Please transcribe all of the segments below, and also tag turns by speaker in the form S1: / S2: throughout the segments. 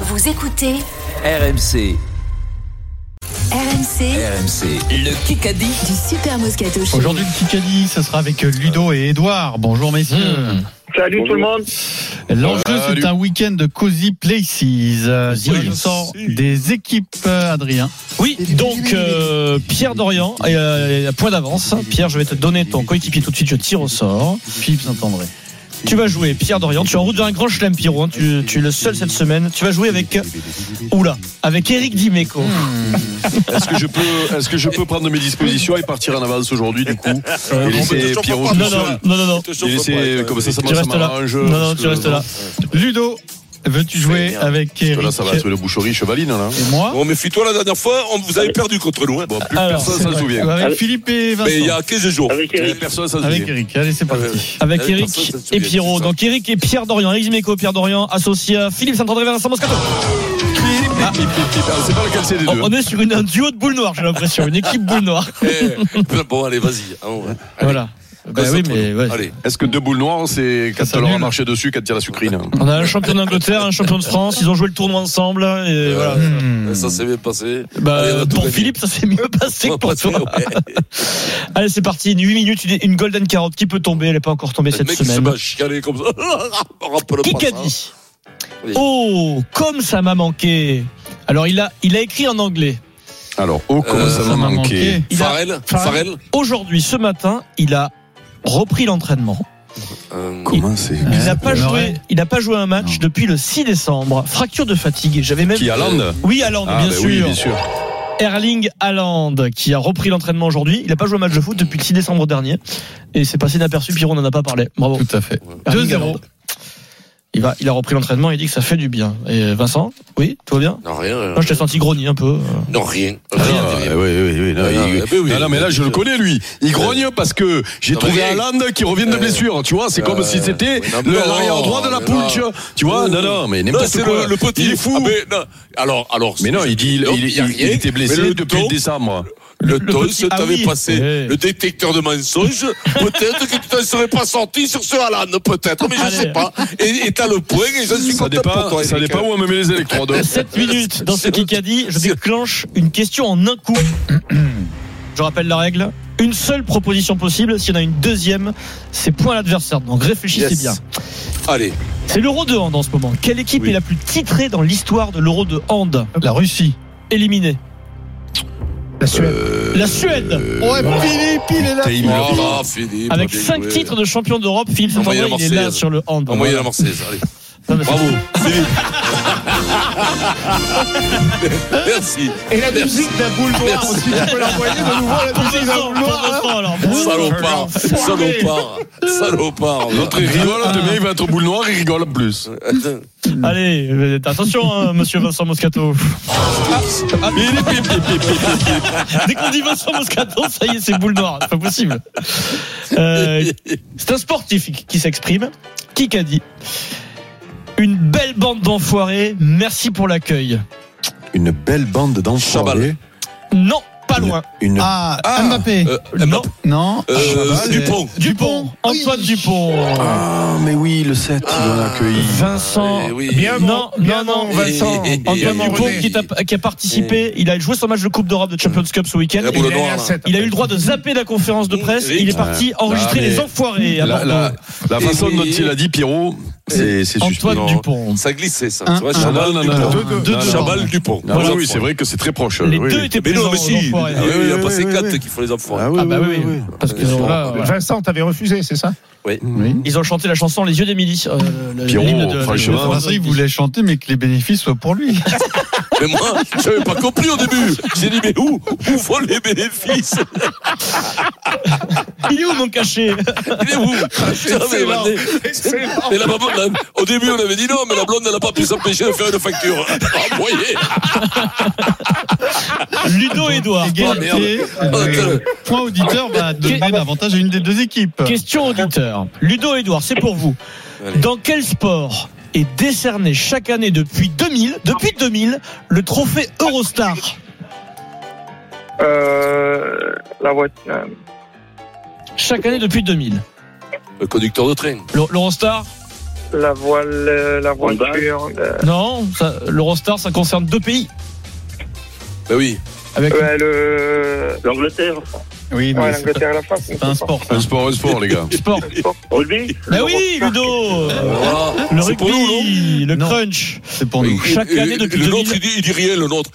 S1: Vous écoutez
S2: RMC,
S1: RMC
S2: RMC, le Kikadi.
S1: du Super Moscato Show.
S3: Aujourd'hui, le Kikadi, ça sera avec euh, Ludo et Edouard. Bonjour, messieurs.
S4: Hmm.
S5: Salut tout le monde.
S3: L'enjeu, c'est un week-end de Cozy Places. Euh, Tirage au sort des équipes, euh, Adrien.
S6: Oui, donc euh, Pierre Dorian est euh, à point d'avance. Pierre, je vais te donner ton coéquipier tout de suite, je tire au sort.
S3: Philippe Saint-André.
S6: Tu vas jouer Pierre Dorian, tu es en route vers un grand chelem Pierrot, hein. tu, tu es le seul cette semaine. Tu vas jouer avec euh, Oula, avec Eric Dimeco.
S4: Hmm. Est-ce que je peux, est-ce que je peux prendre mes dispositions et partir en avance aujourd'hui du coup et laisser Pierrot
S6: Euh,
S4: tout
S6: Non, non,
S4: seul
S6: non, non, non.
S4: et laisser euh, comme ça, ça
S6: Tu restes là.
S4: m'arrange.
S6: Non, non,
S4: parce
S6: tu
S4: que-
S6: restes là.
S3: Ludo, veux-tu jouer avec
S4: Parce que
S3: Eric
S4: là, ça va être le boucherie chevaline là. hein.
S3: et moi
S7: Bon, méfie-toi la dernière fois, on vous avez perdu contre nous. hein.
S4: Bon, plus
S6: Alors,
S4: personne
S6: c'est
S4: s'en
S6: vrai.
S4: souvient.
S3: Avec Philippe et
S7: Mais il y
S3: Vincent.
S7: a 15 jours.
S5: Avec euh,
S4: Plus
S5: Eric.
S4: personne s'en
S3: Avec
S4: souvient.
S3: Eric. Allez, c'est
S7: Ah
S3: parti.
S6: Avec
S7: Avec
S6: Eric
S7: personne, ça se
S6: et
S7: souvient,
S6: Pierrot.
S7: c'est ça.
S6: Donc Eric et Pierre Dorian, Eric Dimeco, Pierre Dorian, associé à Philippe Saint-André, Vincent Moscato.
S4: Ah, C'est pas lequel c'est des
S6: On
S4: deux.
S6: Oh, on est sur une, un duo de boules noires, j'ai l'impression, une équipe boule noire.
S7: Eh, bon, allez, vas-y. Ah, ouais.
S6: Voilà. Bah oui,
S7: Reste entre
S6: mais
S7: nous.
S6: ouais.
S7: Allez.
S4: hein. Est-ce que deux boules noires, c'est quand
S3: Ça, ça
S4: tu leur as
S3: nul.
S4: marché dessus, quand tu as la sucrine
S6: On a un champion d'Angleterre, un champion de France, ils ont joué le tournoi ensemble. Et voilà.
S3: Hmm.
S7: Ça s'est bien passé.
S6: Bah,
S4: euh,
S7: Allez, on a tout
S6: pour
S7: gagné.
S6: Philippe, ça s'est mieux passé que
S7: Ouais,
S6: pour
S7: pas
S6: toi.
S7: très, ouais.
S6: Allez, c'est parti. Une 8 minutes, une- une golden carotte qui peut tomber. Elle n'est pas encore tombée
S7: Le
S6: cette
S7: mec qui se
S6: semaine.
S7: bat chicaner comme ça. Rappelle
S6: Qui
S7: pas
S6: qu'a
S7: ça.
S6: dit
S7: Oui.
S6: Oh, comme ça m'a manqué. Alors, il a, il a écrit en anglais.
S4: Alors, oh, comment
S7: Euh,
S4: ça
S3: Ça
S4: m'a
S3: m'a
S4: manqué.
S3: manqué.
S6: Il a-
S7: Farrell
S6: Farrell.
S7: Farrell
S6: Aujourd'hui, ce matin, il a repris l'entraînement.
S7: Euh,
S4: Comment c'est
S6: Il n'a pas,
S3: Ouais.
S6: joué, il n'a pas joué un match
S3: Non.
S6: depuis le 6 décembre. Fracture de fatigue. J'avais même.
S4: Qui à Lande
S6: ben Oui, Haaland,
S4: Ah,
S6: bien
S4: bah
S6: sûr.
S4: oui, bien sûr.
S6: Erling Haaland qui a repris l'entraînement aujourd'hui. Il n'a pas joué au match de foot depuis le 6 décembre dernier et c'est passé inaperçu. Pierrot n'en a pas parlé. Bravo.
S3: Tout à fait.
S7: Euh,
S6: Erling
S3: 2-0.
S6: Haaland. Il, va, il a repris l'entraînement et il dit que ça fait du bien. Et Vincent, oui, tout va bien
S7: Non, rien. euh,
S6: Moi, je t'ai senti grogner un peu. euh,
S7: Non, rien.
S4: Ah,
S7: Rien.
S4: oui, oui, oui, non,
S7: Ah,
S4: il-
S7: ah, bah oui.
S4: Non, non, mais là, je le connais, lui. Il grogne parce que j'ai
S7: Non,
S4: trouvé
S7: mais-
S4: Haaland qui revient de
S7: Euh,
S4: blessure. Tu vois, c'est comme
S7: euh,
S4: si c'était
S7: oui, non,
S4: le
S7: mais
S4: l'arrière
S7: non,
S4: droit de la
S7: mais
S4: poule.
S7: non.
S4: Tu vois. Tu vois, non, non, mais
S7: Non,
S4: n'importe
S7: c'est
S4: quoi.
S7: le, le petit.
S4: Il est fou.
S7: Ah, mais, non. Alors, alors.
S4: mais non, il dit, il,
S7: Non,
S4: il-
S7: y a
S4: il
S7: rien.
S4: était blessé
S7: Mais le
S4: depuis
S7: ton-
S4: décembre.
S7: Le,
S6: Le
S7: temps
S6: petit-
S7: se
S6: ah
S7: t'avait
S6: oui.
S7: passé
S6: Eh.
S7: le détecteur de mensonges. peut-être que tu t'en serais pas sorti sur ce Alan, peut-être, mais je
S6: Allez.
S7: sais pas. Et et t'as le point et je suis
S4: Ça
S7: content pour
S4: dépend,
S7: toi.
S4: ça
S7: Eric.
S4: dépend où on me met les électrodes.
S6: 7 minutes dans ce
S7: C'est-
S6: Kikadi, je
S7: c'est-
S6: déclenche une question en un coup. Je rappelle la règle. Une seule proposition possible. S'il y en a une deuxième, c'est point à l'adversaire. Donc réfléchissez
S7: Yes.
S6: bien.
S7: Allez,
S6: C'est l'Euro de hand en ce moment. Quelle équipe
S7: Oui.
S6: est la plus titrée dans l'histoire de l'Euro de hand
S3: La Russie.
S6: Éliminée.
S3: La Suède.
S7: Euh,
S6: La Suède
S3: Ouais, Philippe, il est là.
S4: T'as- il me l'a dit.
S7: voilà, Philippe.
S6: Avec
S7: bien
S6: 5
S7: joué.
S6: titres de champion d'Europe, Philippe
S7: Envoyez
S6: Saint-André,
S7: la
S6: il est là
S7: Marseillaise.
S6: sur le hand.
S7: Envoyez la Marseillaise, allez.
S6: Non, mais c'est-
S7: Bravo, Philippe. Merci.
S8: Et la musique d'un boule noire aussi, tu peux l'envoyer de nouveau la
S6: Pour
S8: musique d'un
S6: Vincent,
S8: boule
S6: pour
S8: noire.
S6: Vincent, alors.
S7: Salopard, salopard, salopard.
S4: L'autre, il rigole,
S7: Ah.
S4: demain, il va être boule noire, il rigole plus.
S8: Mm.
S6: Allez, euh, attention, hein, monsieur Vincent Moscato. Dès qu'on dit Vincent Moscato, ça y est, c'est boule noire. C'est pas possible. Euh, c'est un sportif qui s'exprime. Qui qu'a dit Une belle bande d'enfoirés, merci pour l'accueil.
S4: Une belle bande
S7: Chabal.
S6: Non, pas loin.
S4: Une
S3: Ah,
S7: Ah,
S3: Mbappé.
S7: Euh,
S6: Non,
S3: Non.
S7: euh,
S3: Chabal,
S7: Dupont.
S6: Dupont, Antoine Dupont.
S4: Ah, mais oui, le 7,
S7: Ah.
S4: il l'a accueilli.
S6: Vincent.
S7: Eh oui.
S8: Bien bon,
S6: non,
S8: bien
S6: non,
S8: bon,
S6: non,
S8: Vincent.
S7: Et- et- et- Eh.
S6: Antoine
S7: et-
S6: Dupont
S7: et-
S6: qui, t'a- qui a participé, il a joué son match de Coupe d'Europe de
S7: Mm.
S6: Champions Cup ce week-end.
S7: La
S8: Il
S7: boule
S8: est allé
S7: noire,
S8: à
S7: là.
S8: sept.
S6: Il a eu le droit de zapper la conférence de presse.
S7: Eric.
S6: il est parti enregistrer
S4: Ah, mais-
S6: les enfoirés. à
S4: La,
S6: Bordeaux.
S4: la- la
S7: Et
S4: façon
S7: oui.
S4: dont il a dit Pierrot, c'est c'est suspect.
S6: Antoine
S7: non.
S6: Dupont.
S7: Ça glissait, ça.
S3: Un,
S7: Tu vois,
S3: un,
S7: Chabal,
S4: non, non, non,
S7: Dupont.
S3: deux, deux,
S4: non,
S3: deux,
S7: Chabal, Dupont.
S4: Ah
S7: Voilà.
S4: oui, oui, c'est vrai que c'est très proche.
S6: Les
S4: oui,
S6: deux
S4: oui.
S6: étaient
S7: Euh, Mais
S6: présents
S7: non, mais
S6: aux
S7: si.
S6: enfoirés.
S7: Ah oui, Il a
S4: Oui,
S7: passé
S4: oui,
S7: 4
S4: oui.
S7: qu'il faut les enfants.
S4: Ah oui,
S6: Ah bah oui,
S4: oui,
S6: oui.
S4: oui.
S6: Parce que
S7: Euh,
S6: là, ouais.
S8: Vincent, t'avais refusé, c'est ça
S6: ils ont chanté la chanson Les yeux d'Émilie. euh, le-
S4: Pierrot,
S6: l'hymne de-
S4: franchement,
S6: de-
S3: Vincent, il voulait chanter, mais que les bénéfices soient pour lui.
S7: Mais moi, je n'avais pas compris au début. J'ai dit, mais où Où vont les bénéfices
S6: Il est où mon cachet
S7: Il est où Putain, mais
S8: Excellent.
S7: attendez.
S8: Excellent.
S7: Mais la maman, la- au début, on avait dit non, mais la blonde, elle n'a pas pu s'empêcher de faire une facture. Ah, voyez
S6: Ludo Edouard.
S3: Égalité.
S6: Oh,
S7: merde.
S3: euh, Point auditeur va donner l'avantage à une des deux équipes.
S6: Question auditeur. Ludo Edouard, c'est pour vous.
S7: Allez.
S6: Dans quel sport est décerné chaque année depuis 2000, depuis 2000, le trophée Eurostar
S5: Euh, la voiture.
S6: Chaque année depuis 2000.
S7: Le conducteur de train.
S6: L'Eurostar,
S5: la voile, euh, la
S9: Honda.
S5: voiture, euh, le-
S6: Non, ça- l'Eurostar, ça concerne deux pays.
S4: Bah
S7: Ben
S4: oui,
S6: Avec
S5: ouais, le,
S9: L'Angleterre,
S3: Oui, mais
S5: ouais,
S3: c'est pas-
S5: l'Angleterre, la France.
S3: c'est pas un sport. ça.
S4: un sport, un sport, les gars.
S6: le sport.
S9: rugby,
S6: Bah oui, Ludo
S4: Voilà.
S6: Le
S4: C'est pour nous, non
S6: rugby, le
S3: Non.
S6: crunch.
S3: C'est pour nous.
S4: Et-
S6: Chaque
S4: et-
S6: année depuis
S4: le
S6: 2000.
S4: nôtre, il dit, il dit rien, le nôtre.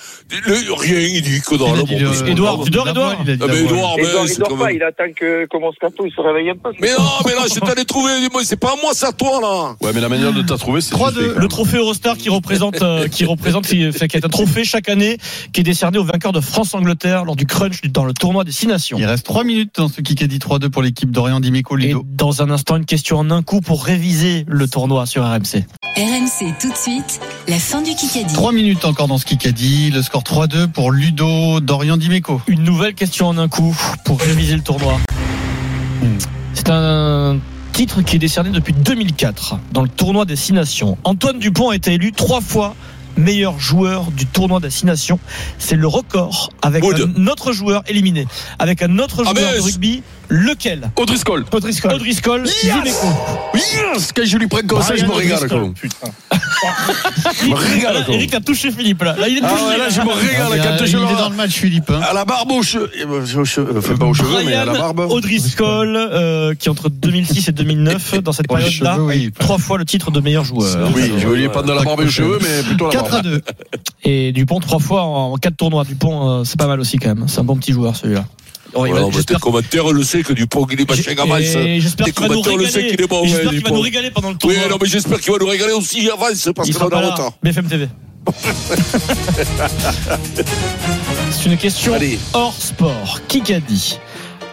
S4: Le- rien, il dit que dans
S3: Il a
S4: la
S3: dit
S4: bon,
S3: le-
S4: c'est pas
S6: Oh, Edouard,
S4: grave.
S6: Edouard,
S3: la
S6: Edouard.
S3: voile, il a dit
S7: ben,
S4: Ah,
S3: la
S4: mais
S3: voile.
S4: Edouard,
S5: Et
S4: mais
S5: Edouard,
S4: c'est
S5: il dort
S4: quand
S5: pas,
S4: même-
S5: il attend que commence Moscato, il se réveille un peu.
S4: Mais non, mais là, je t'allais trouver. Dis-moi, c'est pas à moi, c'est à toi, là. Ouais, mais la manière de t'a trouvé, c'est
S3: 3-2.
S4: suspect, quand
S6: Le
S4: même.
S6: trophée Eurostar qui représente, euh, qui représente, qui fait- qui est un trophée chaque année qui est décerné aux vainqueurs de France-Angleterre lors du crunch dans le tournoi des six nations.
S3: Il reste 3 minutes dans ce Kikadi 3-2 pour l'équipe d'Orient Dimeco
S6: Et
S3: Lido.
S6: dans un instant, une question en un coup pour réviser le tournoi sur RMC.
S1: RMC tout de suite, la fin du Kikadi.
S3: 3 minutes encore dans ce Kikadi. Le score 3-2 pour Ludo d'Orient Dimeco.
S6: Une nouvelle question en un coup pour réviser le tournoi. C'est un titre qui est décerné depuis 2004 dans le tournoi des six nations. Antoine Dupont a été élu trois fois meilleur joueur du tournoi des six nations. C'est le record avec
S4: Wood.
S6: un autre joueur éliminé, avec un autre
S4: Ah,
S6: joueur
S4: mais
S6: de
S4: c'est-
S6: rugby. Lequel
S4: O'Driscoll.
S6: Audriscoll. Audriscoll.
S4: Yes, quand je lui prends comme Oh, ça, je me régale, quand même. Je me régale, quand même.
S6: Eric a touché Philippe là. Là, il est touché.
S4: Ah ouais, là, je me
S3: Ah,
S4: régale
S3: il
S4: quand
S3: est
S4: je
S3: dans le match, Philippe. hein.
S4: À la barbe aux cheveux. Eh ben, aux cheveux. Enfin, pas aux cheveux, mais à la
S6: Brian
S4: barbe.
S6: Audriscoll, euh, qui entre 2006 et 2009, dans cette
S3: Pour les
S6: période-là,
S3: cheveux,
S6: a eu
S3: oui.
S6: trois fois le titre de meilleur joueur.
S4: Euh, Oui, je voulais pas de la barbe et aux cheveux, mais plutôt la
S3: 4 à
S4: barbe.
S3: 2.
S6: Et Dupont, trois fois en en quatre tournois. Dupont, euh, c'est pas mal aussi quand même. C'est un bon petit joueur celui-là. Oh, il va-
S4: Voilà, mais tes
S6: J'espère Eh,
S4: commentaires le sait que Dupont, il est pas chien à masse.
S6: et j'espère
S4: Tes
S6: qu'il va nous
S4: commentaires le sait
S6: régaler.
S4: qu'il est
S6: Et
S4: bon. ouais,
S6: j'espère qu'il va
S4: Dupont.
S6: nous régaler pendant le
S4: Oui,
S6: tournoi.
S4: non, mais j'espère qu'il va nous régaler aussi. Avance, parce
S6: Il
S4: qu'on
S6: sera
S4: est
S6: pas
S4: en
S6: là.
S4: retard.
S6: BFM TV. C'est une question
S4: Allez.
S6: hors sport. Qui qu'a dit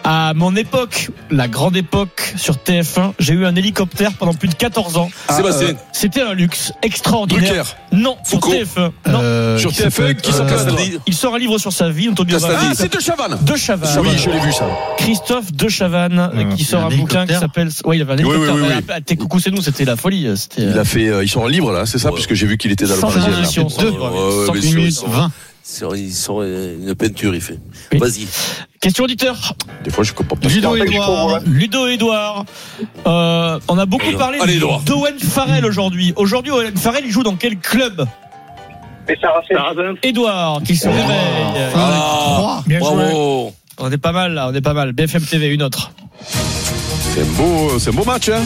S6: À mon époque, la grande époque sur TF1, j'ai eu un hélicoptère pendant plus de 14 ans.
S4: Sébastien,
S6: C'était un luxe extraordinaire.
S4: Drucker,
S6: Non, sur
S4: Foucault.
S6: TF1. Non.
S3: Euh,
S4: sur
S3: qui s'appelle-
S4: TF1, qui sont
S3: euh,
S4: Castaldi.
S6: Il sort un livre sur sa vie, autobiographie.
S4: Castaldi. c'est de Chavannes.
S6: Ah, De Chavannes.
S4: Oui, je l'ai vu ça.
S6: Christophe De Chavannes
S3: Euh,
S6: qui
S3: il
S6: sort
S3: a
S6: un
S3: un
S6: bouquin qui
S3: hélicoptère.
S6: s'appelle. Ouais, il avait un
S4: Oui, oui,
S6: hélicoptère.
S4: oui,
S6: mais
S4: oui.
S6: ah, T'es coucou, c'est nous, c'était la folie. euh, C'était.
S4: Il
S6: euh,
S4: a fait, euh, ils sont en libre là, c'est ça, parce que j'ai vu qu'il était dans le
S6: Sans
S4: parisien. là.
S6: transition, sans
S4: Ouais,
S6: livre,
S4: ouais, ouais,
S6: sans
S4: mais
S6: minute,
S4: sur-
S3: vingt.
S7: Sur- Ils sont euh, une peinture, il fait.
S6: Oui.
S7: Vas-y.
S6: Question auditeur. Euh,
S4: Des fois, je comprends pas.
S3: Ludo
S5: Parfait, je trouve,
S3: Edouard.
S6: Ludo Edouard. Euh, on a beaucoup
S7: Edouard.
S6: parlé
S4: Oh, Allez, Edouard.
S6: d'Owen Farrell aujourd'hui. Aujourd'hui, Owen Farrell, il joue dans quel club
S5: Et ça va faire.
S9: Sarrazin,
S6: Edouard, qui se réveille.
S4: Ah,
S8: Bien joué.
S4: bravo.
S6: On est pas mal là, on est pas mal. BFM TV, une autre.
S4: C'est un beau, c'est un beau match. Hein.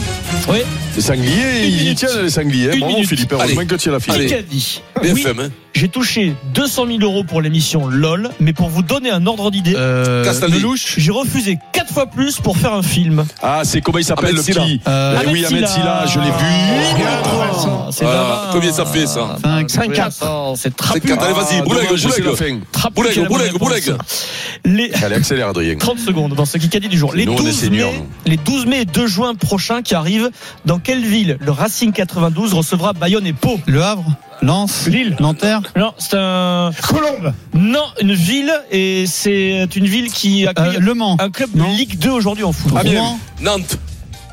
S6: Oui.
S4: Les sangliers,
S6: Une
S4: ils y
S6: minute.
S4: tiennent les sangliers. hein.
S6: Une
S4: Bravo
S6: minute.
S4: Philippe,
S7: Allez.
S4: heureusement que tu es la
S6: Qui
S4: fille.
S6: qu'a dit Oui,
S7: BFM, hein.
S6: j'ai touché 200 000 euros pour l'émission LOL, mais pour vous donner un ordre d'idée,
S3: Euh,
S4: Castaldi.
S3: Lelouch.
S6: j'ai refusé 4 fois plus pour faire un film.
S4: Ah, c'est comment il s'appelle
S7: Ahmed
S4: le
S7: Silla.
S4: petit
S3: Euh,
S4: Ah, oui, Ahmed Silla, je l'ai vu.
S6: Ah,
S8: Ah,
S6: c'est
S7: voilà.
S6: vraiment-
S7: Combien ça fait, ça
S3: Cinq.
S6: 5-4. C'est trapu.
S7: C'est quatre. Allez, vas-y,
S4: Ah,
S7: Bouleg,
S4: dommage,
S7: Bouleg.
S4: c'est la fin.
S6: Trapu,
S7: Bouleg,
S6: quelle bonne
S7: Bouleg,
S6: réponse.
S7: Bouleg.
S6: Les
S4: Allez, accélère Adrien.
S6: 30 secondes dans ce Kikadi du jour. Les
S4: Nous, on est
S6: 12,
S4: seniors,
S6: mai,
S4: nous.
S6: les 12 mai et 2 juin prochains qui arrivent, dans quelle ville le Racing 92 recevra Bayonne et Pau
S3: Le Havre. Lens.
S6: Lille.
S3: Nanterre.
S6: Non, c'est un.
S8: Colombe.
S6: Non, une ville, et c'est une ville qui accueille
S3: Euh, Le Mans.
S6: un club de
S3: Non. Ah,
S6: Ligue 2 aujourd'hui en foot.
S4: Ah,
S3: Rouen.
S7: Nantes,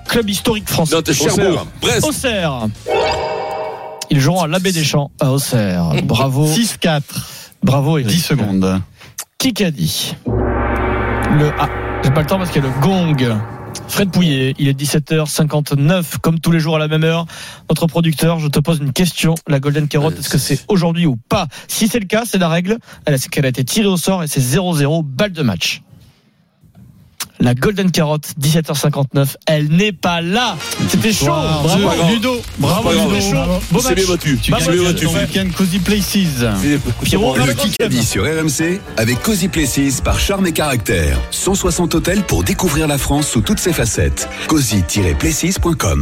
S6: Club historique français.
S7: Nantes, Cherbourg, Brest,
S6: Oh, Auxerre. Ils joueront à l'Abbé des Champs à Auxerre.
S4: Ah,
S6: Bravo.
S3: 6-4.
S6: Bravo, Eric.
S3: 10 secondes.
S6: Kikadi. Le ah, j'ai pas le temps parce qu'il y a le gong. Fred Pouillet, il est 17h59, comme tous les jours à la même heure. Notre producteur, je te pose une question. La Golden Carotte,
S7: Euh,
S6: est-ce que c'est aujourd'hui ou pas Si c'est le cas, c'est la règle. Elle c'est qu'elle a été tirée au sort et c'est 0-0, balle de match. La Golden Carotte, 17h59, elle n'est pas là. C'était chaud.
S3: Victoire
S6: Bravo.
S3: de Ludo. Bravo,
S7: C'est pas
S3: Ludo.
S6: C'était chaud.
S7: on
S6: Beau
S7: s'est bien
S6: match. Bah,
S7: battu.
S3: Tu
S6: Bravo,
S3: gagnes
S6: Ludo.
S3: ce week-end Cozy Places.
S6: Pierrot,
S10: Le Kikadi sur RMC avec Cozy Places par Charme et Caractère. 160 hôtels pour découvrir la France sous toutes ses facettes. Cozy-places.com